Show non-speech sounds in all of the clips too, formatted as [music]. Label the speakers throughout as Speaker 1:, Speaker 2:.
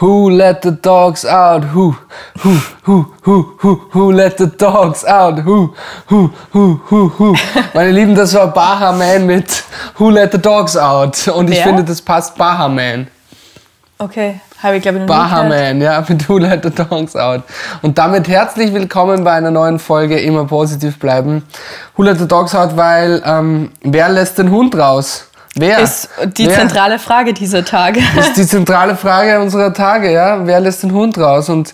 Speaker 1: Who let the dogs out? Who, who, who, who, who, who let the dogs out? Who, who, who, who,
Speaker 2: [laughs]
Speaker 1: who. Meine Lieben, das war Baha Man mit Who let the dogs out? Und ich
Speaker 2: Wer?
Speaker 1: finde, das passt Baha Man.
Speaker 2: Okay, habe ich glaube ich noch nie gehört.
Speaker 1: Bahaman, ja, mit Who Let the Dogs Out. Und damit herzlich willkommen bei einer neuen Folge Immer positiv bleiben. Who Let the Dogs Out, weil ähm, wer lässt den Hund raus? Wer?
Speaker 2: Ist die
Speaker 1: wer?
Speaker 2: zentrale Frage
Speaker 1: [laughs]
Speaker 2: dieser Tage. [laughs]
Speaker 1: ist die zentrale Frage unserer Tage, ja? Wer lässt den Hund raus? Und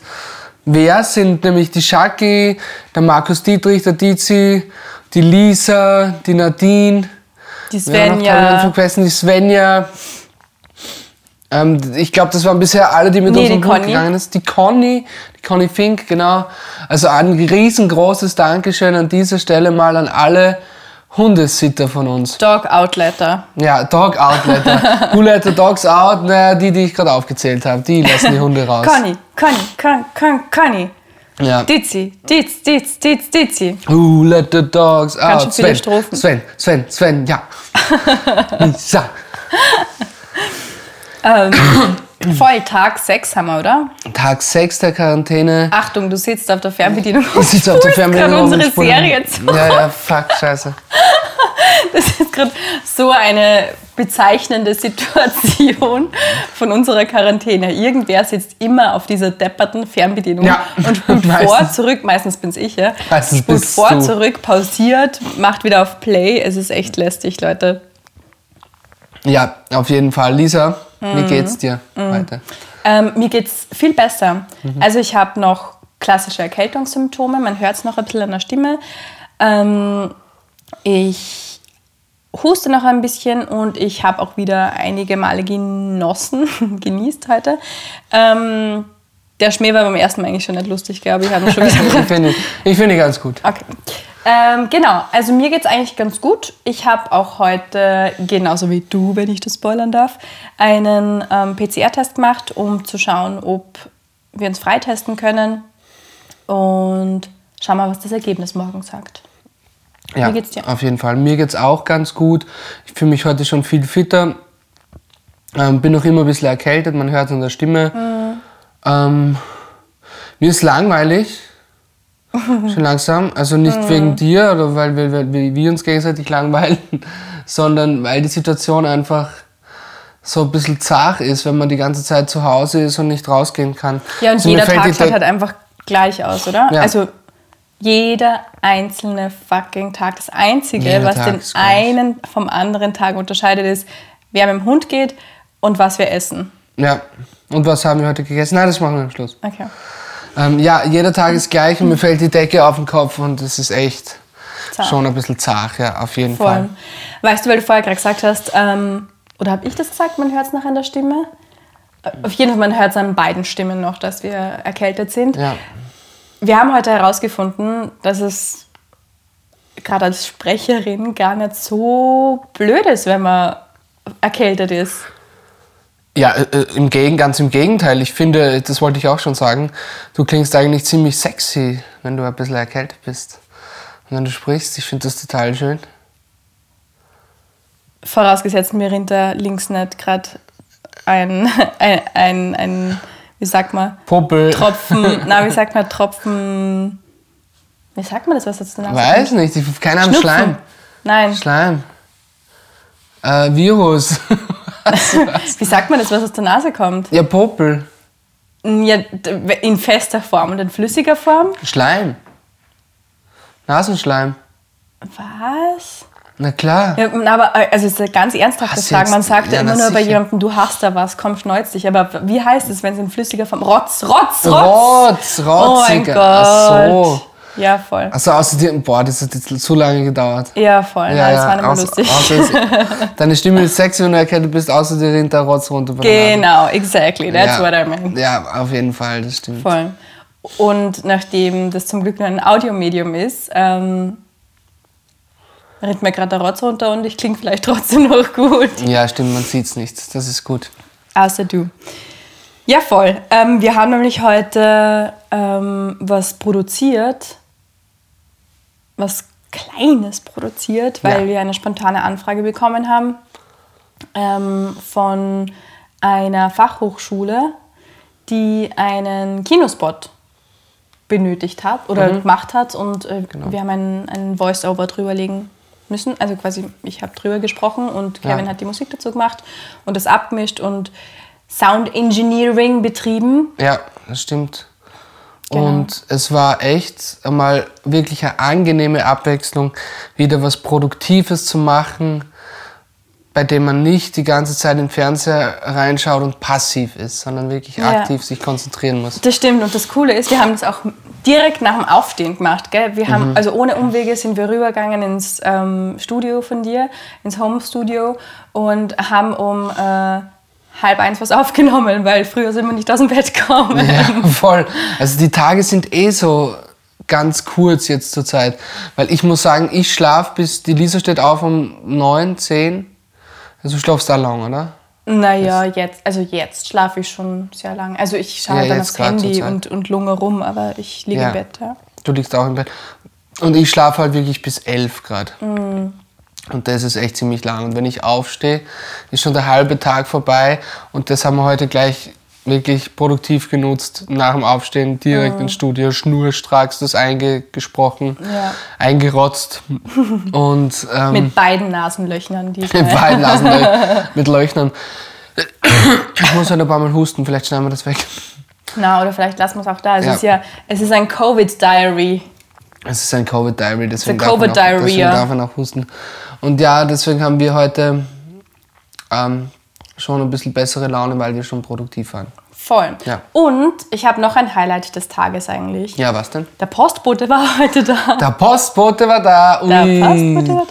Speaker 1: wer sind nämlich die Schaki, der Markus Dietrich, der Dizi, die Lisa, die Nadine,
Speaker 2: Die
Speaker 1: wir haben noch teilweise
Speaker 2: Svenja.
Speaker 1: vergessen, die Svenja. Ähm, ich glaube, das waren bisher alle, die mit
Speaker 2: Nee,
Speaker 1: uns
Speaker 2: die
Speaker 1: in den Hut
Speaker 2: Conny.
Speaker 1: gegangen sind. Die Conny, die Conny Fink, genau. Also ein riesengroßes Dankeschön an dieser Stelle mal an alle Hundesitter von uns.
Speaker 2: Dog Outletter.
Speaker 1: Ja, Dog
Speaker 2: [laughs]
Speaker 1: Outletter. Who let the dogs out? Naja, die, die ich gerade aufgezählt habe, die lassen die Hunde raus. Ah.
Speaker 2: Conny, Conny, Con, Con, Conny.
Speaker 1: Ja.
Speaker 2: Dizi, Diz, Diz, Diz, Dizi.
Speaker 1: Who let the dogs
Speaker 2: Ganz
Speaker 1: out?
Speaker 2: schön viele
Speaker 1: Sven,
Speaker 2: Strophen.
Speaker 1: Sven, Sven, Sven,
Speaker 2: [laughs]
Speaker 1: ja. Lisa.
Speaker 2: Ähm, voll Tag 6 haben wir, oder?
Speaker 1: Tag 6 der Quarantäne.
Speaker 2: Achtung, du sitzt auf der Fernbedienung. und
Speaker 1: Ich
Speaker 2: [laughs]
Speaker 1: sitze auf der
Speaker 2: spulst
Speaker 1: Fernbedienung
Speaker 2: gerade
Speaker 1: rum
Speaker 2: unsere
Speaker 1: und spule.
Speaker 2: Serie zu.
Speaker 1: Ja,
Speaker 2: [laughs]
Speaker 1: ja, fuck, scheiße.
Speaker 2: Das ist gerade so eine bezeichnende Situation von unserer Quarantäne. Irgendwer sitzt immer auf dieser depperten Fernbedienung
Speaker 1: Ja, [laughs]
Speaker 2: und spult vor,
Speaker 1: meistens.
Speaker 2: zurück, meistens bin's ich, ja.
Speaker 1: Meistens
Speaker 2: spult
Speaker 1: bist
Speaker 2: vor,
Speaker 1: du.
Speaker 2: zurück, pausiert, macht wieder auf Play. Es ist echt lästig, Leute.
Speaker 1: Ja, auf jeden Fall. Lisa,
Speaker 2: Mhm.
Speaker 1: wie geht's dir heute?
Speaker 2: Ähm, mir geht's viel besser. Also ich habe noch klassische Erkältungssymptome, man hört es noch ein bisschen an der Stimme. Ähm, ich huste noch ein bisschen und ich habe auch wieder einige Male genossen, [laughs] genießt heute. Ähm, der Schmäh war beim ersten Mal eigentlich schon nicht lustig, glaube ich. Haben wir schon
Speaker 1: Ich [laughs]
Speaker 2: [laughs] gesagt.
Speaker 1: finde ich finde ganz gut.
Speaker 2: Okay. Ähm, genau, also mir geht's eigentlich ganz gut. Ich habe auch heute, genauso wie du, wenn ich das spoilern darf, einen ähm, PCR-Test gemacht, um zu schauen, ob wir uns freitesten können. Und schauen mal, was das Ergebnis morgen sagt.
Speaker 1: Ja,
Speaker 2: Wie geht's dir?
Speaker 1: Auf jeden Fall. Mir geht's auch ganz gut. Ich fühle mich heute schon viel fitter. Ähm, bin noch immer ein bisschen erkältet, man hört an der Stimme.
Speaker 2: Ah.
Speaker 1: Ähm, mir ist
Speaker 2: [laughs]
Speaker 1: langweilig. Schon langsam. Also nicht
Speaker 2: Ah.
Speaker 1: wegen dir oder weil wir, weil wir- wir uns gegenseitig langweilen, [laughs] sondern weil die Situation einfach so ein bisschen zart ist, wenn man die ganze Zeit zu Hause ist und nicht rausgehen kann.
Speaker 2: Ja, und
Speaker 1: Also mir
Speaker 2: jeder
Speaker 1: fällt die
Speaker 2: Tag schaut
Speaker 1: De-
Speaker 2: halt einfach gleich aus, oder?
Speaker 1: Ja.
Speaker 2: Also jeder einzelne fucking Tag. Das Einzige,
Speaker 1: Jeder
Speaker 2: was
Speaker 1: Tag
Speaker 2: den
Speaker 1: ist gleich.
Speaker 2: einen vom anderen Tag unterscheidet, ist, wer mit dem Hund geht und was wir essen.
Speaker 1: Ja. Und was haben wir heute gegessen? Nein, das machen wir am Schluss.
Speaker 2: Okay.
Speaker 1: Ähm, ja, jeder Tag ist gleich und mir fällt die Decke auf den Kopf und es ist echt
Speaker 2: Zart.
Speaker 1: schon ein bisschen zart, ja, auf jeden
Speaker 2: Voll.
Speaker 1: Fall.
Speaker 2: Weißt du, weil du vorher gerade gesagt hast, ähm, oder habe ich das gesagt, man hört es noch an der Stimme? Äh, Auf jeden Fall, man hört es an beiden Stimmen noch, dass wir erkältet sind.
Speaker 1: Ja.
Speaker 2: Wir haben heute herausgefunden, dass es gerade als Sprecherin gar nicht so blöd ist, wenn man erkältet ist.
Speaker 1: Ja, äh, äh, im Gegen, ganz im Gegenteil. Ich finde, das wollte ich auch schon sagen, du klingst eigentlich ziemlich sexy, wenn du ein bisschen erkältet bist. Und wenn du sprichst, ich finde das total schön.
Speaker 2: Vorausgesetzt, mir rinnt da links nicht gerade ein, [laughs] ein, ein, ein, wie sagt man,
Speaker 1: Popel. [laughs]
Speaker 2: Tropfen, na, wie sagt man, Tropfen, wie sagt man das, was jetzt danach
Speaker 1: Weiß nicht, ich keine Ahnung,
Speaker 2: Schnupfen.
Speaker 1: Schleim.
Speaker 2: Nein,
Speaker 1: Schleim. Äh, Virus. [laughs]
Speaker 2: wie sagt man das, was aus der Nase kommt?
Speaker 1: ja, Popel.
Speaker 2: Ja, d- in fester Form und in flüssiger Form?
Speaker 1: Schleim. Nasenschleim.
Speaker 2: Was?
Speaker 1: Na klar.
Speaker 2: Ja, aber äh, also es ist eine ganz ernsthafte
Speaker 1: Was
Speaker 2: Frage. Man
Speaker 1: jetzt?
Speaker 2: sagt ja,
Speaker 1: Ja,
Speaker 2: immer
Speaker 1: na
Speaker 2: nur bei
Speaker 1: sicher.
Speaker 2: jemandem, du hast da was, komm, schneuz dich. Aber wie heißt es, wenn es in flüssiger Form. Rotz, Rotz,
Speaker 1: Rotz,
Speaker 2: Rotz! oh mein
Speaker 1: Rotziger.
Speaker 2: Gott.
Speaker 1: Ach so.
Speaker 2: Ja, voll.
Speaker 1: Achso, außerdem, boah, das hat jetzt zu lange gedauert.
Speaker 2: Ja, voll. Nein, das war nicht mehr
Speaker 1: aus-
Speaker 2: lustig.
Speaker 1: aus- jetzt- deine Stimme ist sexy, wenn du erkältet bist, außer dir rinnt der Rotz runter. bei der Nase.
Speaker 2: [laughs] genau, exactly. That's what I meant.
Speaker 1: Ja, auf jeden Fall, das stimmt.
Speaker 2: Voll. Und nachdem das zum Glück nur ein Audiomedium ist, ähm, rennt mir gerade der Rotz runter und ich klinge vielleicht [laughs] trotzdem noch gut.
Speaker 1: Ja, stimmt, man sieht's nicht. Das ist gut.
Speaker 2: Außer du. Ja, voll. Ähm, wir haben nämlich heute ähm, was produziert, was Kleines produziert, weil
Speaker 1: Ja.
Speaker 2: wir eine spontane Anfrage bekommen haben ähm, von einer Fachhochschule, die einen Kinospot benötigt hat oder gemacht hat und äh, wir haben einen, einen Voice-Over drüberlegen müssen. Also quasi, ich habe drüber gesprochen und Kevin
Speaker 1: Ja.
Speaker 2: hat die Musik dazu gemacht und das abgemischt und Sound Engineering betrieben.
Speaker 1: Ja, das stimmt.
Speaker 2: Genau.
Speaker 1: Und es war echt einmal wirklich eine angenehme Abwechslung, wieder was Produktives zu machen, bei dem man nicht die ganze Zeit im Fernseher reinschaut und passiv ist, sondern wirklich
Speaker 2: Ja.
Speaker 1: aktiv sich konzentrieren muss. [laughs]
Speaker 2: Das stimmt und das Coole ist, wir haben das auch direkt nach dem Aufstehen gemacht. Gell? Wir haben,
Speaker 1: Mhm.
Speaker 2: also ohne Umwege sind wir rübergegangen ins ähm, Studio von dir, ins Home-Studio und haben um äh, halb eins was [laughs] aufgenommen, weil früher sind wir nicht aus dem Bett gekommen.
Speaker 1: Ja, voll. Also die Tage sind eh so ganz kurz jetzt zur Zeit. Weil ich muss sagen, ich schlafe bis, die Lisa steht auf um 9, 10. Also du schlafst da lang, oder?
Speaker 2: Naja, jetzt, also jetzt schlafe ich schon sehr lange. Also ich schaue
Speaker 1: Ja,
Speaker 2: dann
Speaker 1: jetzt
Speaker 2: aufs
Speaker 1: grad zur
Speaker 2: Handy
Speaker 1: Zeit.
Speaker 2: und, und lunge rum, aber ich liege
Speaker 1: Ja.
Speaker 2: im Bett. Ja.
Speaker 1: Du liegst auch im Bett. Und ich schlafe halt wirklich bis 11 Grad.
Speaker 2: Mm.
Speaker 1: Und das ist echt ziemlich lang. Und wenn ich aufstehe, ist schon der halbe Tag vorbei. Und das haben wir heute gleich wirklich produktiv genutzt. Nach dem Aufstehen direkt
Speaker 2: Mm.
Speaker 1: ins Studio, schnurstracks das eingesprochen,
Speaker 2: Ja. [laughs]
Speaker 1: eingerotzt. Und ähm,
Speaker 2: Mit beiden Nasenlöchern. Die
Speaker 1: [laughs] mit Wein lassen,
Speaker 2: [laughs]
Speaker 1: ey. mit Leuchtern. Ich muss halt ein paar Mal husten, vielleicht schneiden wir das weg.
Speaker 2: Na, oder vielleicht lassen wir es auch da. Es
Speaker 1: Ja.
Speaker 2: ist ja, es ist ein Covid-Diary.
Speaker 1: Es ist ein Covid-Diary, deswegen,
Speaker 2: The
Speaker 1: darf man auch-
Speaker 2: Covid-Diarrhea.
Speaker 1: deswegen darf man auch husten. Und ja, deswegen haben wir heute ähm, schon ein bisschen bessere Laune, weil wir schon produktiv waren.
Speaker 2: Voll.
Speaker 1: Ja.
Speaker 2: Und ich habe noch ein Highlight des Tages eigentlich.
Speaker 1: Ja, was denn?
Speaker 2: Der Postbote war [laughs] heute da.
Speaker 1: Der Postbote war da. Ui.
Speaker 2: Der Postbote war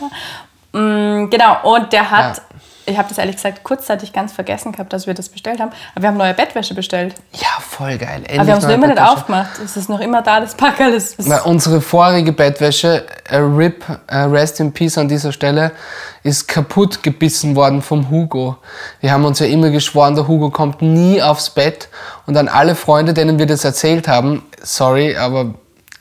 Speaker 2: da. Mm, genau, und der hat,
Speaker 1: Ja.
Speaker 2: ich habe das ehrlich gesagt kurzzeitig ganz vergessen gehabt, dass wir das bestellt haben, aber wir haben neue Bettwäsche bestellt.
Speaker 1: Ja, voll geil. Endlich
Speaker 2: Aber wir haben es
Speaker 1: neue
Speaker 2: noch immer nicht
Speaker 1: Bettwäsche.
Speaker 2: aufgemacht. Es ist noch immer da, das Packerl. Es ist
Speaker 1: Weil unsere vorige Bettwäsche, äh, RIP, äh, Rest in Peace an dieser Stelle, ist kaputt gebissen worden vom Hugo. Wir haben uns ja immer geschworen, der Hugo kommt nie aufs Bett. Und an alle Freunde, denen wir das erzählt haben, sorry, aber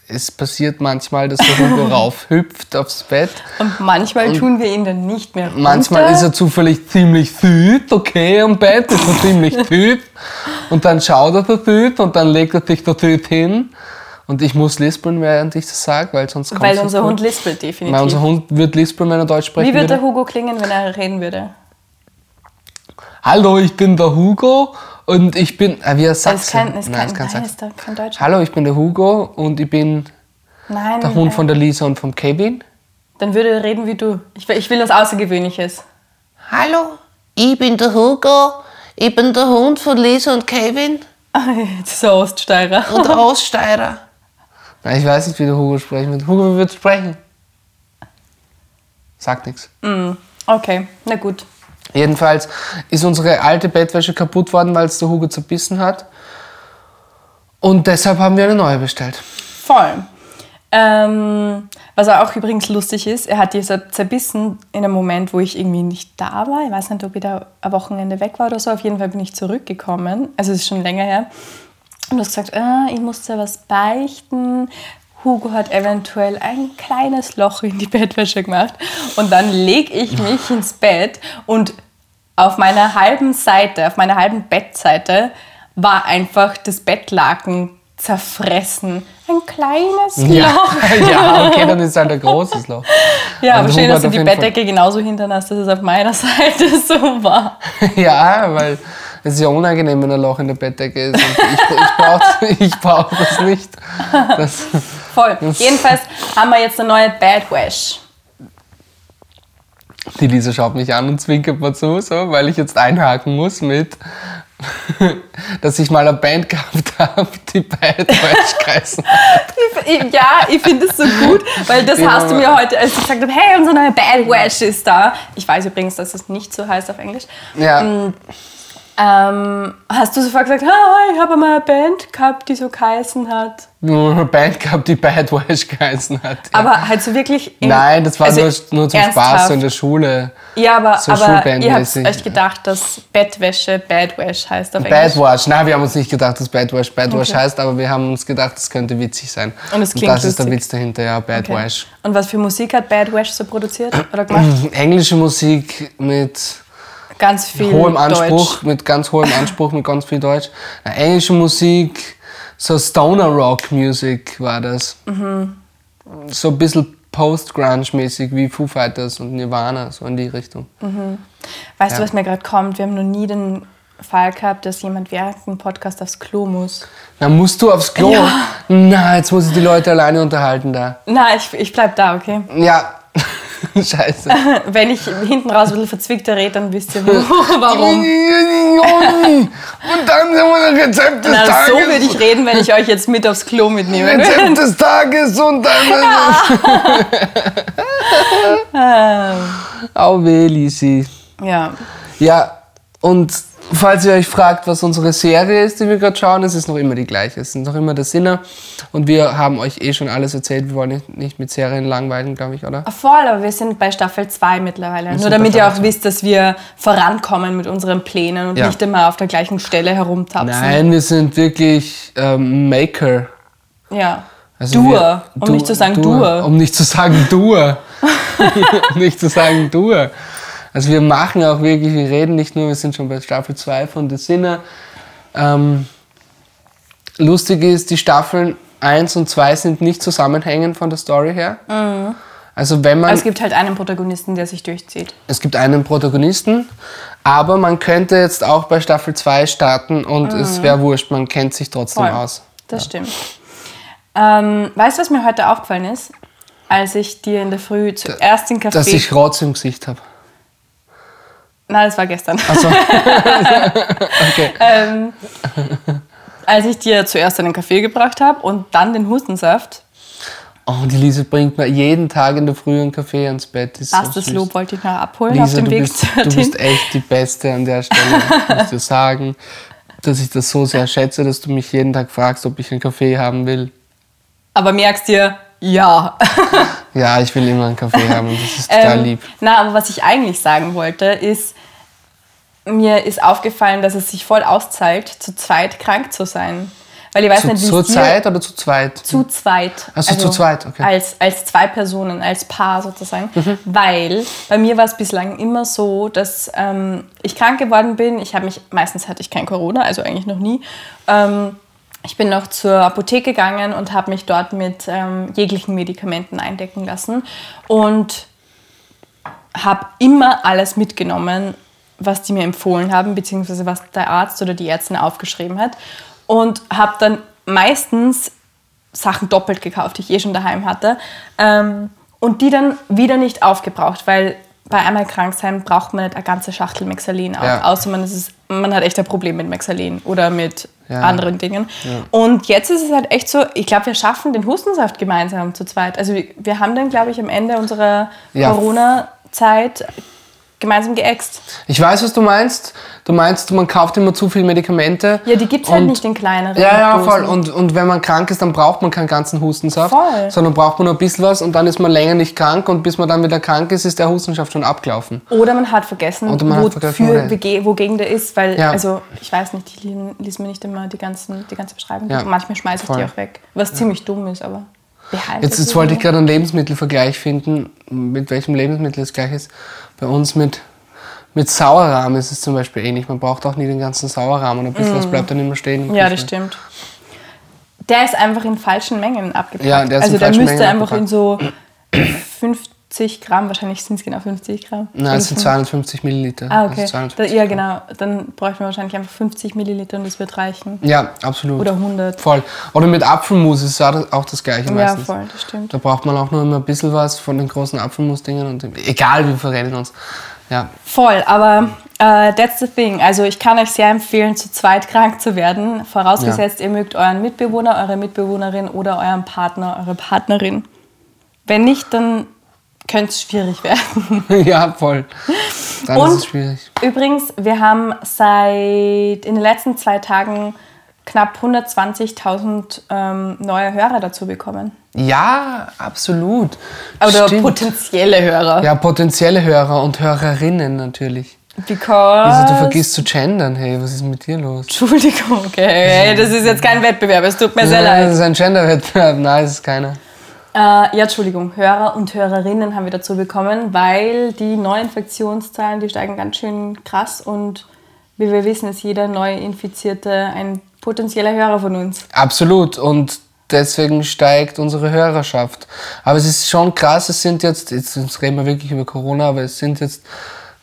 Speaker 1: es passiert manchmal, dass der Hugo raufhüpft aufs Bett.
Speaker 2: und manchmal tun wir ihn dann nicht mehr runter.
Speaker 1: Manchmal ist er zufällig ziemlich süd, okay, am Bett ist er ziemlich süd. Und dann schaut er so süd und dann legt er sich so süd hin. Und ich muss lispeln, während ich das sage, weil sonst kommt
Speaker 2: Weil unser Hund lispelt definitiv.
Speaker 1: Weil unser Hund wird lispeln, wenn er Deutsch sprechen
Speaker 2: Wie würde der
Speaker 1: würde.
Speaker 2: Hugo klingen, wenn er reden würde?
Speaker 1: Hallo, ich bin der Hugo und ich bin... Ah, wie er
Speaker 2: Das ist
Speaker 1: Sachse.
Speaker 2: kein, ist
Speaker 1: Nein,
Speaker 2: kein,
Speaker 1: ist kein
Speaker 2: nein,
Speaker 1: Sachse.
Speaker 2: ist da kein Deutsch.
Speaker 1: Hallo, ich bin der Hugo und ich bin
Speaker 2: Nein,
Speaker 1: der Hund
Speaker 2: äh,
Speaker 1: von der Lisa und vom Kevin.
Speaker 2: Dann würde er reden wie du. Ich, will- ich will was Außergewöhnliches. [laughs]
Speaker 3: Hallo, ich bin der Hugo, ich bin der Hund von Lisa und Kevin
Speaker 2: Ah, so Oststeirer. [laughs]
Speaker 3: und der Oststeirer.
Speaker 1: Nein, ich weiß nicht, wie der Hugo sprechen wird. Hugo, wie wird sprechen? Sagt nichts.
Speaker 2: Okay, na gut.
Speaker 1: Jedenfalls ist unsere alte Bettwäsche kaputt worden, weil es der Hugo zerbissen hat. Und deshalb haben wir eine neue bestellt.
Speaker 2: Voll. Ähm, was auch übrigens lustig ist, er hat die zer- zerbissen in einem Moment, wo ich irgendwie nicht da war. Ich weiß nicht, ob ich da am Wochenende weg war oder so. Auf jeden Fall bin ich zurückgekommen. Also es ist schon länger her. Und du hast gesagt, ah, ich muss da was beichten. Hugo hat eventuell ein kleines Loch in die Bettwäsche gemacht. Und dann lege ich mich ins Bett und auf meiner halben Seite, auf meiner halben Bettseite, war einfach das Bettlaken zerfressen. Ein kleines Loch.
Speaker 1: ja, [laughs] okay, dann ist halt ein großes Loch.
Speaker 2: Ja,
Speaker 1: Also
Speaker 2: aber schön,
Speaker 1: Hugo
Speaker 2: dass
Speaker 1: hat
Speaker 2: du die
Speaker 1: auf jeden
Speaker 2: Bettdecke genauso hinten hast, dass es auf meiner [laughs] Seite so war.
Speaker 1: [laughs] Ja, weil es ist ja unangenehm, wenn ein Loch in der Bettdecke ist. Und ich ich brauche ich brauch [laughs] das nicht. Das,
Speaker 2: Voll. Jedenfalls haben wir jetzt eine neue Bedwash.
Speaker 1: die Lisa schaut mich an und zwinkert mir zu, so, weil ich jetzt einhaken muss mit, [laughs] dass ich mal eine Band gehabt [laughs] habe, die Bettwäsche geheißen
Speaker 2: Ich- ich- Ja, ich finde es so gut, weil das
Speaker 1: Ja,
Speaker 2: hast du
Speaker 1: aber-
Speaker 2: mir heute, als ich gesagt habe, hey, unsere neue Bad Wash ist da. Ich weiß übrigens, dass es nicht so heißt auf Englisch.
Speaker 1: Ja.
Speaker 2: Mm. Ähm, hast du sofort gesagt, ah, ich habe mal eine Band gehabt, die so geheißen hat.
Speaker 1: nur eine Band gehabt, die Bad Wash geheißen hat.
Speaker 2: Aber halt so wirklich... in-
Speaker 1: Nein, das war
Speaker 2: also
Speaker 1: nur, nur zum Spaß
Speaker 2: ernsthaft.
Speaker 1: so in der Schule.
Speaker 2: Ja, aber,
Speaker 1: so
Speaker 2: aber ihr habt
Speaker 1: schulbandmäßig.
Speaker 2: euch gedacht, dass Bettwäsche Bad Wash heißt auf Englisch.
Speaker 1: Bad Wash. Nein, wir haben uns nicht gedacht, dass Bad Wash Bad Wash
Speaker 2: Okay.
Speaker 1: heißt, aber wir haben uns gedacht, das könnte witzig sein.
Speaker 2: Und es klingt
Speaker 1: das ist der
Speaker 2: lustig.
Speaker 1: Witz dahinter, ja, Bad
Speaker 2: Okay.
Speaker 1: Wash. [clears throat]
Speaker 2: Und was für Musik hat Bad Wash so produziert oder gemacht?
Speaker 1: Englische Musik mit
Speaker 2: Ganz viel
Speaker 1: hohem
Speaker 2: Deutsch.
Speaker 1: Anspruch, mit ganz hohem Anspruch, mit ganz viel Deutsch. Na, englische Musik, so Stoner Rock Music war das.
Speaker 2: Mhm.
Speaker 1: So ein bisschen Post-Grunge-mäßig wie Foo Fighters und Nirvana, so in die Richtung.
Speaker 2: Weißt du,
Speaker 1: Ja.
Speaker 2: was mir gerade kommt? Wir haben noch nie den Fall gehabt, dass jemand während dem Podcast aufs Klo muss.
Speaker 1: Na, musst du aufs Klo? Na, jetzt muss ich die Leute alleine unterhalten da.
Speaker 2: Na, ich, ich bleib da, okay? [laughs]
Speaker 1: Ja, [laughs] scheiße.
Speaker 2: Wenn ich hinten raus ein bisschen verzwickter rede, dann
Speaker 1: [laughs]
Speaker 2: wisst ihr, wo, warum.
Speaker 1: Und dann haben wir das Rezept des
Speaker 2: Na,
Speaker 1: Tages.
Speaker 2: so würde ich reden, wenn ich euch jetzt mit aufs Klo [laughs] mitnehme.
Speaker 1: Rezept des Tages und dann... Au weh, Lisi.
Speaker 2: Ja.
Speaker 1: Ja, und falls ihr euch fragt, was unsere Serie ist, die wir gerade schauen, es ist noch immer die gleiche. Es ist noch immer der Sinner. Und wir haben euch eh schon alles erzählt. Wir wollen nicht, nicht mit Serien langweilen, glaube ich, oder?
Speaker 2: Voll, aber wir sind bei Staffel 2 mittlerweile. Nur
Speaker 1: sind
Speaker 2: damit
Speaker 1: bei
Speaker 2: ihr
Speaker 1: Staffel
Speaker 2: auch wisst, dass wir vorankommen mit unseren Plänen und
Speaker 1: Ja.
Speaker 2: nicht immer auf der gleichen Stelle herumtapsen.
Speaker 1: Nein, wir sind wirklich ähm, Maker.
Speaker 2: Ja.
Speaker 1: Also
Speaker 2: Dur,
Speaker 1: wir-
Speaker 2: um
Speaker 1: Du-
Speaker 2: nicht zu sagen
Speaker 1: Dur,
Speaker 2: Dur.
Speaker 1: Um nicht zu sagen
Speaker 2: [laughs]
Speaker 1: Dur. um nicht zu sagen Dur. Also wir machen auch wirklich, wir reden nicht nur, wir sind schon bei Staffel 2 von The Sinner. Ähm, lustig ist, die Staffeln 1 und 2 sind nicht zusammenhängend von der Story her. Also wenn man,
Speaker 2: Aber Mhm. es gibt halt einen Protagonisten, der sich durchzieht.
Speaker 1: es gibt einen Protagonisten, aber man könnte jetzt auch bei Staffel 2 starten und es wäre wurscht, man kennt sich trotzdem
Speaker 2: Mhm. Voll.
Speaker 1: aus.
Speaker 2: Das stimmt. Ähm, weißt du, was mir heute aufgefallen ist? Als ich dir in der Früh zuerst den Kaffee.
Speaker 1: Dass ich Rotz im Gesicht habe.
Speaker 2: Nein, das war gestern. [laughs]
Speaker 1: Also,
Speaker 2: ähm, als ich dir zuerst einen Kaffee gebracht habe und dann den Hustensaft,
Speaker 1: Oh, die Lise bringt mir jeden Tag in der Früh einen Kaffee ans Bett. Ist
Speaker 2: das,
Speaker 1: so
Speaker 2: das
Speaker 1: süß.
Speaker 2: Lob wollte ich noch abholen auf
Speaker 1: Lise,
Speaker 2: dem
Speaker 1: du
Speaker 2: Weg
Speaker 1: bist,
Speaker 2: dorthin.
Speaker 1: du bist echt die Beste an der
Speaker 2: [laughs]
Speaker 1: Stelle. Ich muss dir sagen, dass ich das so sehr schätze, dass du mich jeden Tag fragst, ob ich einen Kaffee haben will.
Speaker 2: Aber merkst dir, ja.
Speaker 1: Ja, ich will immer einen Kaffee haben. und
Speaker 2: [laughs]
Speaker 1: Das ist total
Speaker 2: Ähm,
Speaker 1: lieb.
Speaker 2: Na, aber was ich eigentlich sagen wollte, ist, mir ist aufgefallen, dass es sich voll auszahlt, zu zweit krank zu sein. Weil ich weiß
Speaker 1: Zu,
Speaker 2: nicht, wie
Speaker 1: zur
Speaker 2: es dir-
Speaker 1: Zeit oder zu zweit?
Speaker 2: zu zweit.
Speaker 1: Hm.
Speaker 2: also
Speaker 1: Ach so, zu zweit, okay. Mhm.
Speaker 2: Als, als zwei Personen, als Paar sozusagen. Weil bei mir war es bislang immer so, dass ähm, ich krank geworden bin. Ich habe mich, meistens hatte ich kein Corona, also eigentlich noch nie. Ähm, ich bin noch zur Apotheke gegangen und habe mich dort mit ähm, jeglichen Medikamenten eindecken lassen. Und habe immer alles mitgenommen, was die mir empfohlen haben, beziehungsweise was der Arzt oder die Ärztin aufgeschrieben hat. Und habe dann meistens Sachen doppelt gekauft, die ich eh schon daheim hatte. Ähm, und die dann wieder nicht aufgebraucht, weil bei einmal krank sein braucht man nicht eine ganze Schachtel Mexalen auf,
Speaker 1: Ja.
Speaker 2: außer man, ist es, man hat echt ein Problem mit Mexalen oder mit
Speaker 1: Ja.
Speaker 2: anderen Dingen. Und jetzt ist es halt echt so, ich glaube, wir schaffen den Hustensaft gemeinsam zu zweit. Also wir, wir haben dann, glaube ich, am Ende unserer
Speaker 1: Ja.
Speaker 2: Corona-Zeit gemeinsam geäxt.
Speaker 1: Ich weiß, was du meinst. Du meinst, man kauft immer zu viel Medikamente.
Speaker 2: Ja, die gibt's halt
Speaker 1: und-
Speaker 2: nicht in kleineren
Speaker 1: Ja, ja,
Speaker 2: Dosen.
Speaker 1: voll. Und, und wenn man krank ist, dann braucht man keinen ganzen Hustensaft,
Speaker 2: Voll.
Speaker 1: sondern braucht man nur ein bisschen was und dann ist man länger nicht krank und bis man dann wieder krank ist, ist der Hustensaft schon abgelaufen.
Speaker 2: Oder man hat vergessen,
Speaker 1: Oder man hat
Speaker 2: wo
Speaker 1: vergessen,
Speaker 2: für-
Speaker 1: wohin.
Speaker 2: wege- wogegen der ist, weil,
Speaker 1: Ja.
Speaker 2: also ich weiß nicht, ich li- lies mir nicht immer die, ganzen, die ganze Beschreibung.
Speaker 1: Ja.
Speaker 2: Manchmal schmeiße ich
Speaker 1: Voll.
Speaker 2: die auch weg, was ziemlich dumm ist, aber behalte
Speaker 1: Jetzt, jetzt
Speaker 2: die
Speaker 1: wollte ich
Speaker 2: so.
Speaker 1: gerade einen Lebensmittelvergleich finden, mit welchem Lebensmittel es gleich ist. Bei uns mit, mit Sauerrahm ist es zum Beispiel ähnlich. Man braucht auch nie den ganzen Sauerrahm und ein bisschen was bleibt dann immer stehen. im
Speaker 2: Mm. Ja, das
Speaker 1: Kühlschrank.
Speaker 2: stimmt. Der ist einfach in falschen Mengen abgepackt.
Speaker 1: Ja, der ist in
Speaker 2: also der
Speaker 1: falschen
Speaker 2: müsste
Speaker 1: Mengen
Speaker 2: einfach in so 50 Gramm, wahrscheinlich sind es genau 50 Gramm.
Speaker 1: Nein, es sind 250 Milliliter.
Speaker 2: Ah, okay.
Speaker 1: Also 250.
Speaker 2: Da, ja, genau. Dann bräuchten wir wahrscheinlich einfach 50 Milliliter und das wird reichen.
Speaker 1: Ja, absolut.
Speaker 2: Oder 100.
Speaker 1: Voll. Oder mit Apfelmus ist ja das- auch das gleiche
Speaker 2: Ja,
Speaker 1: meistens.
Speaker 2: voll, das stimmt.
Speaker 1: Da braucht man auch nur immer ein bisschen was von den großen Apfelmusdingern und dem, egal, wir verrennen uns. Ja, [laughs]
Speaker 2: Voll, aber äh, that's the thing. Also ich kann euch sehr empfehlen, zu zweit krank zu werden. Vorausgesetzt, ihr mögt euren Mitbewohner, eure Mitbewohnerin oder euren Partner, eure Partnerin. Wenn nicht, dann könnte es schwierig [laughs] werden.
Speaker 1: ja voll. Dann ist
Speaker 2: Und-
Speaker 1: es schwierig.
Speaker 2: Übrigens, wir haben seit in den letzten zwei Tagen knapp 120.000 ähm, neue Hörer dazu bekommen.
Speaker 1: Ja, absolut.
Speaker 2: Oder
Speaker 1: Stimmt.
Speaker 2: potenzielle Hörer.
Speaker 1: ja, potenzielle Hörer und Hörerinnen natürlich.
Speaker 2: Because.
Speaker 1: Also du vergisst zu gendern, hey, was ist mit dir los?
Speaker 2: Entschuldigung, okay, das ist jetzt kein Wettbewerb, es tut mir sehr
Speaker 1: Nein, Das
Speaker 2: leid.
Speaker 1: ist ein Genderwettbewerb, nein, das ist keiner.
Speaker 2: Äh, ja, Entschuldigung, Hörer und Hörerinnen haben wir dazu bekommen, weil die Neuinfektionszahlen, die steigen ganz schön krass und wie wir wissen, ist jeder Neuinfizierte ein potenzieller Hörer von uns.
Speaker 1: Absolut. Und deswegen steigt unsere Hörerschaft. Aber es ist schon krass, es sind jetzt, jetzt, jetzt reden wir wirklich über Corona, aber es sind jetzt,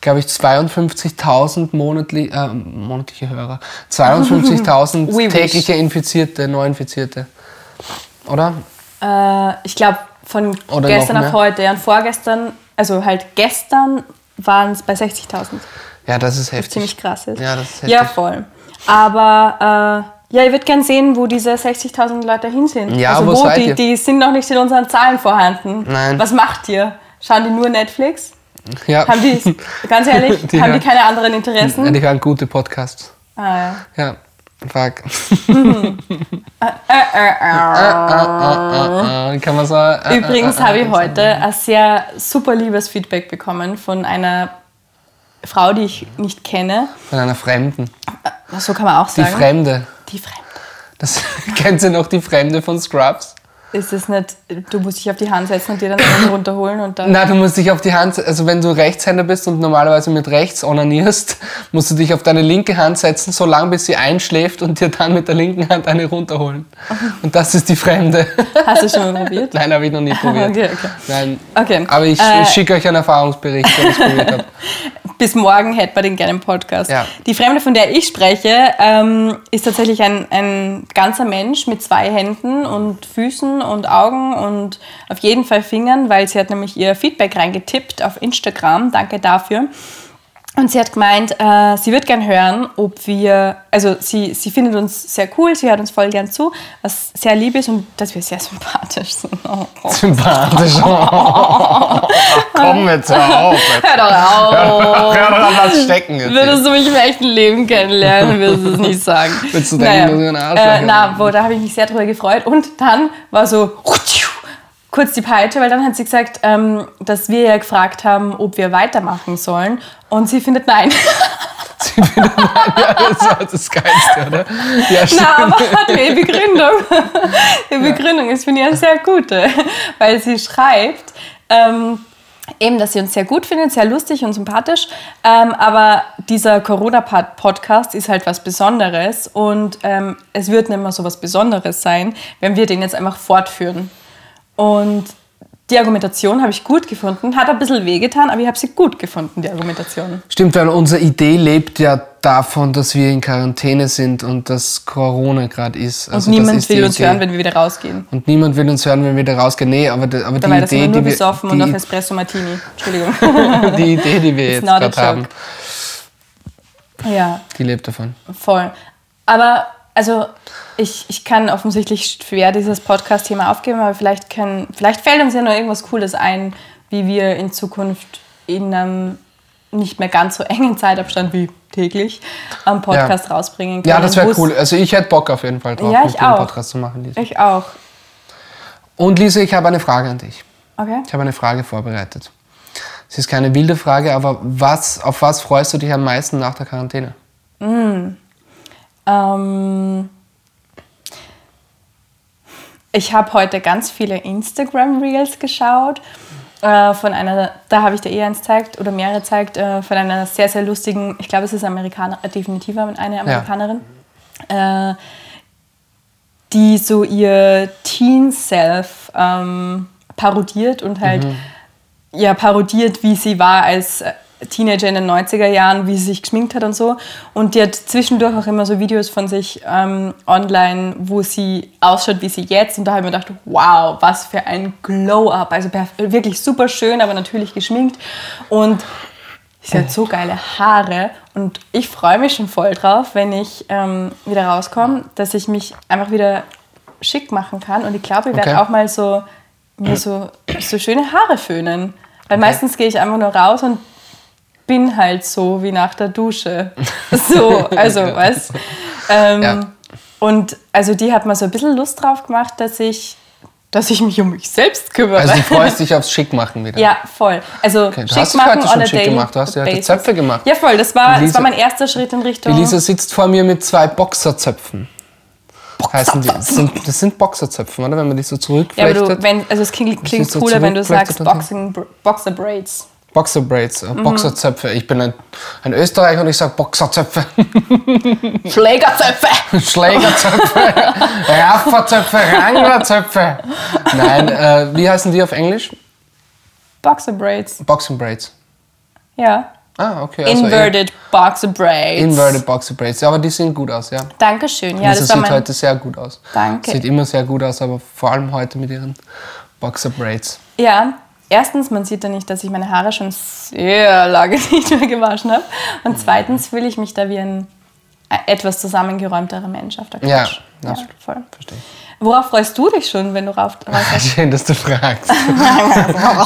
Speaker 1: glaube ich, 52.000 monatli, äh, monatliche Hörer.
Speaker 2: [laughs]
Speaker 1: 52.000
Speaker 2: We wish.
Speaker 1: tägliche Infizierte, Neuinfizierte. Oder?
Speaker 2: Äh, ich glaube, von
Speaker 1: Oder
Speaker 2: gestern
Speaker 1: noch
Speaker 2: auf
Speaker 1: mehr.
Speaker 2: heute ja, und vorgestern, also halt gestern waren es bei 60.000.
Speaker 1: Ja, das ist heftig. [laughs]
Speaker 2: ziemlich krass ist.
Speaker 1: Ja, das ist
Speaker 2: Ja,
Speaker 1: heftig.
Speaker 2: voll. Aber äh, ja, ich würde gern sehen, wo diese 60.000 Leute hin sind.
Speaker 1: Ja,
Speaker 2: also
Speaker 1: wo seid
Speaker 2: die,
Speaker 1: ihr?
Speaker 2: die sind noch nicht in unseren Zahlen vorhanden.
Speaker 1: Nein.
Speaker 2: Was macht ihr? Schauen die nur Netflix?
Speaker 1: Ja. [laughs]
Speaker 2: Haben die, ganz ehrlich,
Speaker 1: Die
Speaker 2: haben
Speaker 1: hören-
Speaker 2: die keine anderen Interessen?
Speaker 1: Ja, die hören gute Podcasts.
Speaker 2: Ah, ja.
Speaker 1: Ja. Fuck.
Speaker 2: äh, äh, äh.
Speaker 1: [laughs] Äh, Kann man so. äh,
Speaker 2: Übrigens
Speaker 1: äh, äh,
Speaker 2: habe ich heute ein sehr super liebes Feedback bekommen von einer Frau, die ich nicht kenne.
Speaker 1: Von einer Fremden.
Speaker 2: So kann man auch
Speaker 1: Die
Speaker 2: sagen.
Speaker 1: Fremde.
Speaker 2: Die Fremde.
Speaker 1: Das, [laughs] kennt ihr noch die Fremde von Scrubs?
Speaker 2: Ist es nicht, du musst dich auf die Hand setzen
Speaker 1: [laughs]
Speaker 2: und dir dann einen runterholen und dann.
Speaker 1: Na, du musst dich auf die Hand, also wenn du Rechtshänder bist und normalerweise mit rechts onanierst, [laughs] musst du dich auf deine linke Hand setzen, so lange bis sie einschläft und dir dann mit der linken Hand eine
Speaker 2: [laughs]
Speaker 1: runterholen. Und das ist die Fremde. [laughs]
Speaker 2: Hast du schon mal probiert?
Speaker 1: Nein, habe ich noch
Speaker 2: [laughs]
Speaker 1: nie probiert.
Speaker 2: Okay, okay.
Speaker 1: Nein.
Speaker 2: Okay,
Speaker 1: Aber ich,
Speaker 2: äh,
Speaker 1: ich schicke euch einen Erfahrungsbericht, wenn ich es probiert
Speaker 2: [laughs]
Speaker 1: habe.
Speaker 2: Bis morgen hätten wir den gerne im Podcast.
Speaker 1: Ja.
Speaker 2: Die Fremde, von der ich spreche, ähm, ist tatsächlich ein, ein ganzer Mensch mit zwei Händen und Füßen und Augen und auf jeden Fall Fingern, weil sie hat nämlich ihr Feedback reingetippt auf Instagram. Danke dafür. Und sie hat gemeint, äh, sie wird gern hören, ob wir, also sie, sie findet uns sehr cool, sie hört uns voll gern zu, was sehr lieb ist und dass wir sehr sympathisch sind. [laughs] Oh, oh. [laughs]
Speaker 1: Sympathisch. Komm jetzt hör auf.
Speaker 2: [laughs] Hör doch
Speaker 1: [laughs]
Speaker 2: auf!
Speaker 1: Hör doch an was stecken jetzt.
Speaker 2: Würdest du mich im echten Leben kennenlernen, würdest du es nicht sagen.
Speaker 1: [laughs] Würdest du denken, dass ich ein Arschloch
Speaker 2: äh,
Speaker 1: bin?
Speaker 2: Na, wo, da habe ich mich sehr drüber gefreut. Und dann war so kurz die Peitsche, weil dann hat sie gesagt, ähm, dass wir ja gefragt haben, ob wir weitermachen sollen. Und sie findet nein. [laughs]
Speaker 1: Das war [laughs] das Geilste, oder? Ja, stimmt. [laughs]
Speaker 2: Na, aber hat mir die Begründung. Die Begründung ist, finde ich, eine sehr gute, weil sie schreibt, ähm, eben, dass sie uns sehr gut findet, sehr lustig und sympathisch, ähm, aber dieser Corona-Podcast ist halt was Besonderes und ähm, es wird nicht mehr so was Besonderes sein, wenn wir den jetzt einfach fortführen. Und die Argumentation habe ich gut gefunden, hat ein bisschen wehgetan, aber ich habe sie gut gefunden, die Argumentation.
Speaker 1: Stimmt, weil unsere Idee lebt ja davon, dass wir in Quarantäne sind und dass Corona gerade ist.
Speaker 2: Und
Speaker 1: Also das
Speaker 2: niemand
Speaker 1: ist die
Speaker 2: will uns
Speaker 1: Idee.
Speaker 2: hören, wenn wir wieder rausgehen.
Speaker 1: und niemand will uns hören, wenn wir da rausgehen. Nee, aber, da- aber die
Speaker 2: Dabei, das
Speaker 1: Idee,
Speaker 2: sind wir
Speaker 1: die
Speaker 2: nur
Speaker 1: wir,
Speaker 2: besoffen und
Speaker 1: [laughs]
Speaker 2: auf
Speaker 1: die,
Speaker 2: Espresso Martini. Entschuldigung.
Speaker 1: die Idee, die wir jetzt
Speaker 2: not a
Speaker 1: gerade haben,
Speaker 2: joke. [laughs] ja,
Speaker 1: die lebt davon.
Speaker 2: voll. Aber, also, ich, ich kann offensichtlich schwer dieses Podcast-Thema aufgeben, aber vielleicht, können, vielleicht fällt uns ja noch irgendwas Cooles ein, wie wir in Zukunft in einem nicht mehr ganz so engen Zeitabstand wie täglich am Podcast rausbringen können.
Speaker 1: Ja, das wäre
Speaker 2: wo's-
Speaker 1: cool. Also ich hätte Bock auf jeden Fall drauf,
Speaker 2: Ja,
Speaker 1: mit
Speaker 2: ich
Speaker 1: dir einen
Speaker 2: auch.
Speaker 1: Podcast zu machen. Lisa.
Speaker 2: Ich auch.
Speaker 1: Und Lisa, ich habe eine Frage an dich.
Speaker 2: Okay.
Speaker 1: Ich habe eine Frage vorbereitet. Es ist keine wilde Frage, aber was, auf was freust du dich am meisten nach der Quarantäne?
Speaker 2: Ähm, ich habe heute ganz viele Instagram-Reels geschaut. Äh, von einer, da habe ich dir eh eins zeigt oder mehrere zeigt, äh, von einer sehr, sehr lustigen, ich glaube, es ist Amerikaner, äh, definitiv eine Amerikanerin, äh, die so ihr Teen-Self ähm, parodiert und halt ja, parodiert, wie sie war als äh, Teenager in den 90er Jahren, wie sie sich geschminkt hat und so. Und die hat zwischendurch auch immer so Videos von sich ähm, online, wo sie ausschaut, wie sie jetzt. Und da habe ich mir gedacht, wow, was für ein Glow-up. Also perf- wirklich super schön, aber natürlich geschminkt. Und Sie hat so geile Haare und ich freue mich schon voll drauf, wenn ich ähm, wieder rauskomme, dass ich mich einfach wieder schick machen kann. Und ich glaube, ich werde
Speaker 1: Okay.
Speaker 2: auch mal so, mir so, so schöne Haare föhnen. Weil meistens gehe ich einfach nur raus und bin halt so wie nach der Dusche.
Speaker 1: [laughs]
Speaker 2: So, also, weißt ähm,
Speaker 1: Ja.
Speaker 2: Und also die hat mal so ein bisschen Lust drauf gemacht, dass ich, dass ich mich um mich selbst kümmere. [laughs]
Speaker 1: Also du freust dich aufs Schickmachen wieder.
Speaker 2: Ja, voll. Also
Speaker 1: du
Speaker 2: schick
Speaker 1: hast dich
Speaker 2: machen
Speaker 1: heute schon
Speaker 2: on a
Speaker 1: schick
Speaker 2: daily
Speaker 1: gemacht, du hast dir heute
Speaker 2: basis.
Speaker 1: Zöpfe gemacht.
Speaker 2: Ja, voll. Das war,
Speaker 1: Die
Speaker 2: das
Speaker 1: Lisa-
Speaker 2: war mein erster Schritt in Richtung
Speaker 1: Die Lisa sitzt vor mir mit zwei Boxerzöpfen. heißen die. Das sind, das sind Boxerzöpfen, oder? Wenn man die so
Speaker 2: Ja, aber
Speaker 1: zurückflechtet.
Speaker 2: du, wenn, also es klingt, klingt
Speaker 1: so
Speaker 2: cooler, wenn du
Speaker 1: zurückflechtet
Speaker 2: sagst
Speaker 1: und dann-
Speaker 2: Boxing, Br- Boxer Braids.
Speaker 1: Boxerbraids,
Speaker 2: Mhm.
Speaker 1: äh, Boxerzöpfe. Ich bin ein, ein Österreicher und ich sage Boxerzöpfe, [laughs]
Speaker 2: Schlägerzöpfe!
Speaker 1: Schlägerzöpfe,
Speaker 2: [laughs]
Speaker 1: Rafferzöpfe, Ranglerzöpfe. Nein, äh, wie heißen die auf Englisch?
Speaker 2: Boxer Braids,
Speaker 1: Boxing Braids.
Speaker 2: ja.
Speaker 1: Ah, okay. also
Speaker 2: Inverted Boxer Braids.
Speaker 1: in- Inverted Boxer Braids. Ja, aber die sehen gut aus, ja.
Speaker 2: Dankeschön, ja,
Speaker 1: Also
Speaker 2: das war
Speaker 1: sieht
Speaker 2: mein...
Speaker 1: heute sehr gut aus.
Speaker 2: Danke.
Speaker 1: Sieht immer sehr gut aus, aber vor allem heute mit ihren Boxer Braids.
Speaker 2: Ja, erstens, man sieht ja nicht, dass ich meine Haare schon sehr lange [laughs] nicht mehr gewaschen habe.
Speaker 1: Mhm.
Speaker 2: Und zweitens fühle ich mich da wie ein äh, etwas zusammengeräumterer Mensch auf der
Speaker 1: Ja,
Speaker 2: Couch.
Speaker 1: absolut.
Speaker 2: voll.
Speaker 1: Verstehe ich.
Speaker 2: Worauf freust du dich schon, wenn du rauf... rauf
Speaker 1: Schön, dass du [laughs] fragst.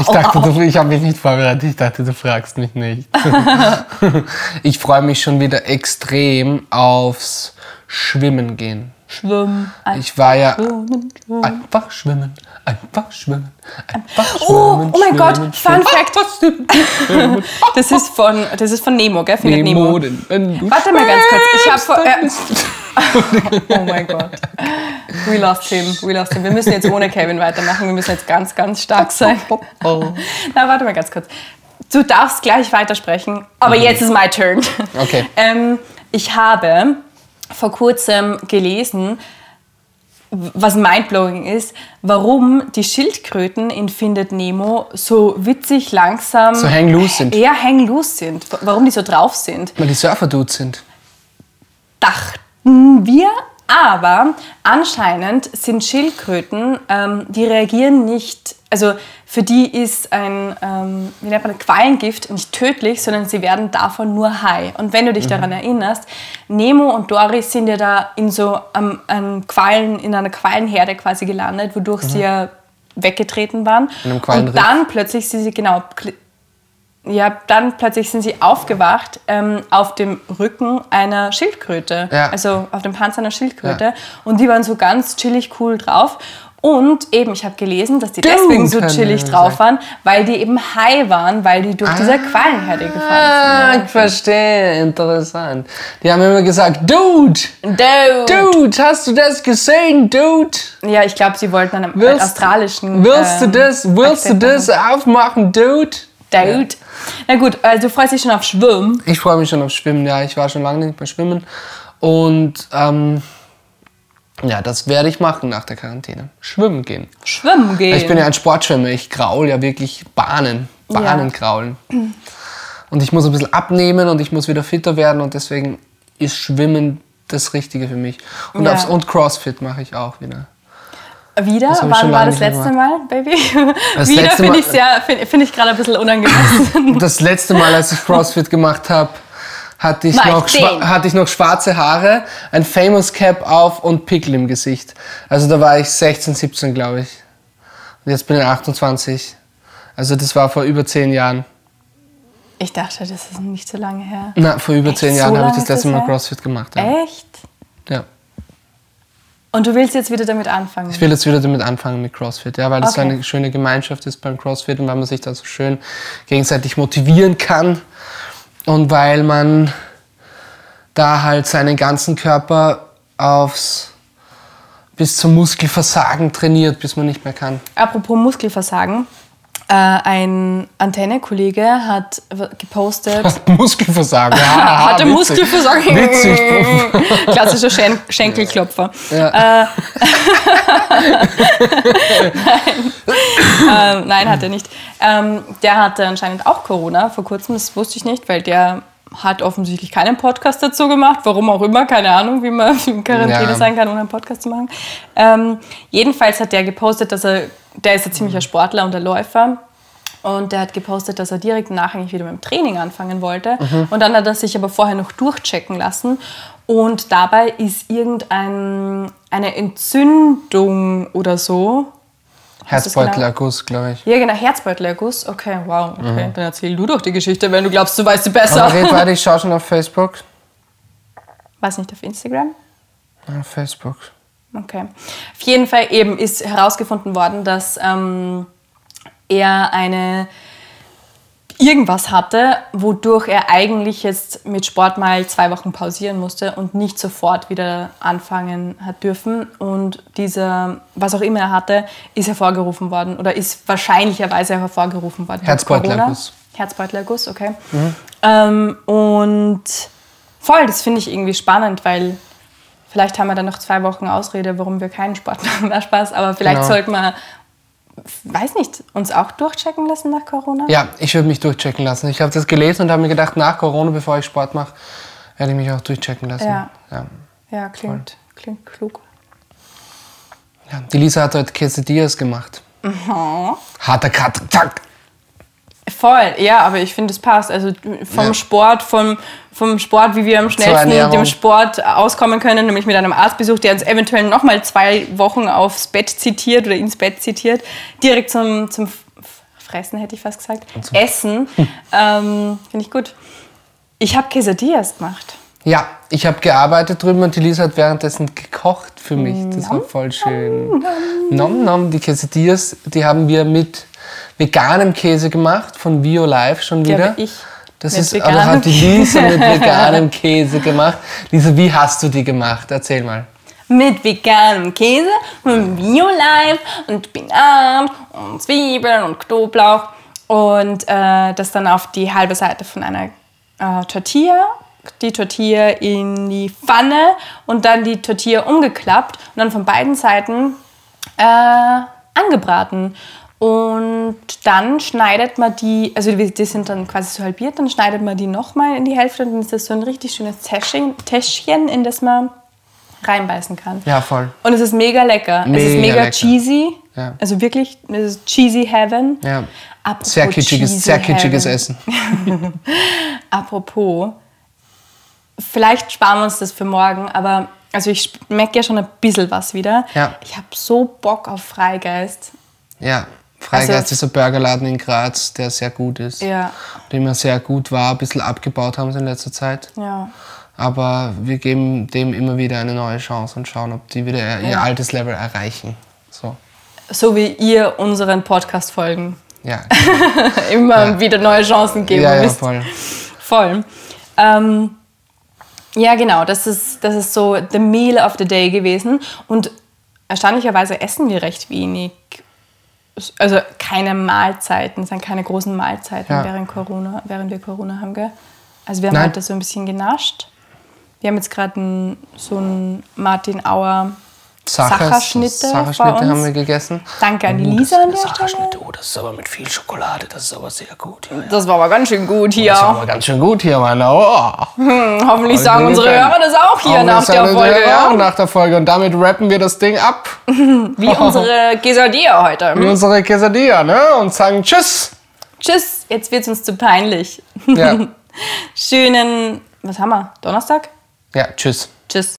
Speaker 1: ich dachte, du, ich habe mich nicht vorbereitet. Ich dachte, du fragst mich [laughs] nicht. ich freue mich schon wieder extrem aufs Schwimmen gehen.
Speaker 2: schwimmen?
Speaker 1: [laughs] Ich war ja
Speaker 2: Schwimmen, schwimmen.
Speaker 1: einfach schwimmen, einfach schwimmen, einfach schwimmen.
Speaker 2: Oh, oh mein Gott,
Speaker 1: schwimmen,
Speaker 2: Fun
Speaker 1: schwimmen.
Speaker 2: Fact. Das ist von, das ist von Nemo, gell? Findet Nemo.
Speaker 1: Nemo, denn wenn [laughs] du
Speaker 2: Warte mal ganz kurz. Ich hab vor. Äh, [laughs] oh mein Gott. We lost him. We lost him. Wir müssen jetzt ohne Kevin weitermachen. Wir müssen jetzt ganz, ganz stark sein. Na, warte mal ganz kurz. Du darfst gleich weitersprechen, aber jetzt ist my turn.
Speaker 1: Okay.
Speaker 2: Ähm, ich habe vor kurzem gelesen, was mindblowing ist, warum die Schildkröten in Findet Nemo so witzig langsam
Speaker 1: So hang loose sind.
Speaker 2: eher hang loose sind, warum die so drauf sind
Speaker 1: Weil die Surfer-Dudes sind.
Speaker 2: dachten wir, aber anscheinend sind Schildkröten, ähm, die reagieren nicht, also für die ist ein, ähm, wie nennt man das, Qualengift nicht tödlich, sondern sie werden davon nur high. Und wenn du
Speaker 1: Mhm.
Speaker 2: dich daran erinnerst, Nemo und Doris sind ja da in so einem, einem Qualen, in einer Qualenherde quasi gelandet, wodurch sie ja weggetreten waren.
Speaker 1: Mhm. In einem
Speaker 2: und
Speaker 1: Qualenriff.
Speaker 2: dann plötzlich sind sie, genau, kli- ja, dann plötzlich sind sie aufgewacht ähm, auf dem Rücken einer Schildkröte.
Speaker 1: Ja.
Speaker 2: Also auf dem Panzer einer Schildkröte. Und die waren so ganz chillig cool drauf. Und eben, ich habe gelesen, dass die deswegen so
Speaker 1: kann
Speaker 2: chillig
Speaker 1: man
Speaker 2: drauf waren, weil die eben high waren, weil die durch diese Qualenherde gefahren
Speaker 1: Ah, ich verstehe, interessant. Die haben immer gesagt, Dude,
Speaker 2: sind. Dude.
Speaker 1: Dude, hast du das gesehen, Dude?
Speaker 2: Ja, ich glaube, sie wollten einen
Speaker 1: Willst-
Speaker 2: Äh, australischen.
Speaker 1: Willst
Speaker 2: ähm,
Speaker 1: du das, willst du
Speaker 2: Akzent
Speaker 1: das aufmachen, Dude?
Speaker 2: machen. Dude. Na gut, äh, du freust dich schon auf Schwimmen.
Speaker 1: Ich freue mich schon auf Schwimmen, ja, ich war schon lange nicht mehr schwimmen. Und ähm, ja, das werde ich machen nach der Quarantäne. Schwimmen gehen.
Speaker 2: Schwimmen gehen.
Speaker 1: Ich bin ja ein Sportschwimmer, ich graul ja wirklich Bahnen, Bahnen
Speaker 2: Ja.
Speaker 1: kraulen. Und ich muss ein bisschen abnehmen und ich muss wieder fitter werden und deswegen ist Schwimmen das Richtige für mich. Und,
Speaker 2: Ja.
Speaker 1: aufs, und Crossfit mache ich auch wieder.
Speaker 2: Wieder?
Speaker 1: hab ich
Speaker 2: Wann
Speaker 1: schon
Speaker 2: war
Speaker 1: lange
Speaker 2: das
Speaker 1: nicht mehr
Speaker 2: letzte Mal, Baby? [laughs]
Speaker 1: Das
Speaker 2: Wieder
Speaker 1: letzte
Speaker 2: finde
Speaker 1: Mal-
Speaker 2: ich, sehr- finde find ich gerade ein
Speaker 1: [laughs]
Speaker 2: bisschen unangemessen.
Speaker 1: Das letzte Mal, als ich Crossfit gemacht habe, hatte ich,
Speaker 2: War ich
Speaker 1: noch schwa-
Speaker 2: zehn.
Speaker 1: hatte ich noch schwarze Haare, ein Famous Cap auf und Pickel im Gesicht. Also da war ich 16, 17, glaube ich. Und jetzt bin ich 28. Also das war vor über zehn Jahren.
Speaker 2: Ich dachte, das ist nicht so lange her.
Speaker 1: Na, vor über
Speaker 2: Echt?
Speaker 1: zehn
Speaker 2: So
Speaker 1: Jahren habe
Speaker 2: lang
Speaker 1: ich das
Speaker 2: ist
Speaker 1: letzte
Speaker 2: das
Speaker 1: Mal
Speaker 2: her?
Speaker 1: Crossfit gemacht. Ja.
Speaker 2: Echt?
Speaker 1: ja.
Speaker 2: Und du willst jetzt wieder damit anfangen?
Speaker 1: Ich will jetzt wieder damit anfangen mit CrossFit, ja, weil das so
Speaker 2: Okay.
Speaker 1: eine schöne Gemeinschaft ist beim CrossFit und weil man sich da so schön gegenseitig motivieren kann und weil man da halt seinen ganzen Körper aufs bis zum Muskelversagen trainiert, bis man nicht mehr kann. [laughs]
Speaker 2: Apropos Muskelversagen. Äh, ein Antenne-Kollege hat w- gepostet.
Speaker 1: [laughs]
Speaker 2: [laughs]
Speaker 1: Muskelversagen. Ja,
Speaker 2: hatte
Speaker 1: Ah, witzig.
Speaker 2: Muskelversagen.
Speaker 1: Witzig.
Speaker 2: [laughs] Klassischer Schen Schenkelklopfer.
Speaker 1: Ja.
Speaker 2: Ähm, nein, hat er nicht. Ähm, der hatte anscheinend auch Corona vor kurzem, das wusste ich nicht, weil der hat offensichtlich keinen Podcast dazu gemacht, warum auch immer, keine Ahnung, wie man [laughs] in Quarantäne
Speaker 1: Ja.
Speaker 2: sein kann, ohne einen Podcast zu machen. Ähm, jedenfalls hat der gepostet, dass er, der ist ein ziemlicher Sportler und ein Läufer. Und der hat gepostet, dass er direkt nach eigentlich wieder mit dem Training anfangen wollte. Und dann hat er sich aber vorher noch durchchecken lassen. Und dabei ist irgendeine eine Entzündung oder so
Speaker 1: Herzbeutelerguss, glaube ich.
Speaker 2: ja, genau, Herzbeutelerguss. Okay, wow. Okay. Dann erzähl du doch die Geschichte, wenn du glaubst, du weißt sie
Speaker 1: Aber
Speaker 2: besser.
Speaker 1: red weiter, ich schaue schon auf Facebook.
Speaker 2: War es nicht auf Instagram?
Speaker 1: Auf Facebook.
Speaker 2: Okay. Auf jeden Fall eben ist herausgefunden worden, dass ähm, er eine irgendwas hatte, wodurch er eigentlich jetzt mit Sport mal zwei Wochen pausieren musste und nicht sofort wieder anfangen hat dürfen. Und dieser, was auch immer er hatte, ist hervorgerufen worden oder ist wahrscheinlicherweise hervorgerufen worden. durch
Speaker 1: Herzbeutelerguss.
Speaker 2: Corona. Herzbeutelerguss, okay. Ähm, und voll, das finde ich irgendwie spannend, weil vielleicht haben wir dann noch zwei Wochen Ausrede, warum wir keinen Sport [laughs] machen. Na Spaß, aber vielleicht
Speaker 1: Genau.
Speaker 2: sollten wir, weiß nicht, uns auch durchchecken lassen nach Corona.
Speaker 1: Ja, ich würde mich durchchecken lassen. Ich habe das gelesen und habe mir gedacht, nach Corona, bevor ich Sport mache, werde ich mich auch durchchecken lassen.
Speaker 2: Ja.
Speaker 1: Ja.
Speaker 2: Ja, klingt, klingt klug.
Speaker 1: Ja. Die Lisa hat heute Quesadillas gemacht.
Speaker 2: Mhm.
Speaker 1: Harter Cut, zack.
Speaker 2: Voll, ja, aber ich finde, es passt. Also du- vom
Speaker 1: Ja.
Speaker 2: Sport, vom, vom Sport, wie wir am schnellsten mit
Speaker 1: Ernährung.
Speaker 2: dem Sport auskommen können, nämlich mit einem Arztbesuch, der uns eventuell nochmal zwei Wochen aufs Bett zitiert oder ins Bett zitiert, direkt zum, zum F- Fressen, hätte ich fast gesagt, Essen,
Speaker 1: hm.
Speaker 2: ähm, finde ich gut. Ich habe Quesadillas gemacht.
Speaker 1: Ja, ich habe gearbeitet drüben und die Lisa hat währenddessen gekocht für mich.
Speaker 2: Mhm.
Speaker 1: Das war voll schön. Nom nom, die Quesadillas, die haben wir mit veganem Käse gemacht von Vio Live schon
Speaker 2: Die
Speaker 1: wieder.
Speaker 2: habe ich
Speaker 1: Das
Speaker 2: mit
Speaker 1: ist, aber
Speaker 2: veganem
Speaker 1: hat die Lisa
Speaker 2: [laughs]
Speaker 1: mit veganem Käse gemacht. Lisa, wie hast du die gemacht? Erzähl mal.
Speaker 2: mit veganem Käse, mit Bio-Life und Spinat und Zwiebeln und Knoblauch und äh, das dann auf die halbe Seite von einer äh, Tortilla, die Tortilla in die Pfanne und dann die Tortilla umgeklappt und dann von beiden Seiten äh, angebraten. Und dann schneidet man die, also die, die sind dann quasi so halbiert, dann schneidet man die nochmal in die Hälfte und dann ist das so ein richtig schönes Täschchen, Täschchen in das man reinbeißen kann.
Speaker 1: Ja, voll.
Speaker 2: Und es ist mega lecker. es ist
Speaker 1: Mega
Speaker 2: mega
Speaker 1: lecker.
Speaker 2: cheesy.
Speaker 1: Ja.
Speaker 2: Also wirklich, es ist cheesy heaven.
Speaker 1: Ja.
Speaker 2: Apropos
Speaker 1: Sehr kitschiges,
Speaker 2: cheesy
Speaker 1: sehr kitschiges
Speaker 2: heaven.
Speaker 1: Essen.
Speaker 2: [laughs] Apropos, vielleicht sparen wir uns das für morgen, aber also ich merke ja schon ein bisschen was wieder.
Speaker 1: Ja.
Speaker 2: Ich habe so Bock auf Freigeist.
Speaker 1: Ja. Freigeist
Speaker 2: Also-
Speaker 1: ist ein Burgerladen in Graz, der sehr gut ist.
Speaker 2: Ja.
Speaker 1: Den wir sehr gut war, ein bisschen abgebaut haben sie in letzter Zeit.
Speaker 2: Ja.
Speaker 1: Aber wir geben dem immer wieder eine neue Chance und schauen, ob die wieder ihr altes Level erreichen. So,
Speaker 2: So wie ihr unseren Podcast folgen. [laughs]
Speaker 1: ja.
Speaker 2: Immer
Speaker 1: Ja.
Speaker 2: wieder neue Chancen geben
Speaker 1: ja, ja,
Speaker 2: wisst.
Speaker 1: voll.
Speaker 2: Voll. Ähm, ja, genau, das ist, das ist so the meal of the day gewesen. Und erstaunlicherweise essen wir recht wenig. Also keine Mahlzeiten, es sind keine großen Mahlzeiten
Speaker 1: Ja.
Speaker 2: während Corona, während wir Corona haben, gell? Also wir haben
Speaker 1: Nein.
Speaker 2: heute so ein bisschen genascht. Wir haben jetzt gerade so einen Martin Auer Sacherschnitte bei
Speaker 1: Sacherschnitte
Speaker 2: uns.
Speaker 1: haben wir gegessen.
Speaker 2: Danke
Speaker 1: Oh,
Speaker 2: an die Lisa an der Stelle.
Speaker 1: Sacherschnitte, oh, das ist aber mit viel Schokolade, das ist aber sehr gut. Ja, ja.
Speaker 2: Das war aber ganz schön gut hier.
Speaker 1: Das war aber ganz schön gut hier, Mann. Oh.
Speaker 2: Hoffentlich
Speaker 1: Alle
Speaker 2: sagen unsere
Speaker 1: guten
Speaker 2: Hörer das auch hier
Speaker 1: Auch
Speaker 2: nach
Speaker 1: das
Speaker 2: der
Speaker 1: haben wir
Speaker 2: Folge.
Speaker 1: auch
Speaker 2: Ja?
Speaker 1: nach der Folge. Und damit rappen wir das Ding ab.
Speaker 2: Wie unsere Quesadilla heute.
Speaker 1: Wie unsere Quesadilla, ne? Und sagen Tschüss.
Speaker 2: Tschüss, jetzt wird's uns zu peinlich.
Speaker 1: Ja,
Speaker 2: [laughs] Schönen, was haben wir? Donnerstag?
Speaker 1: ja Tschüss.
Speaker 2: Tschüss.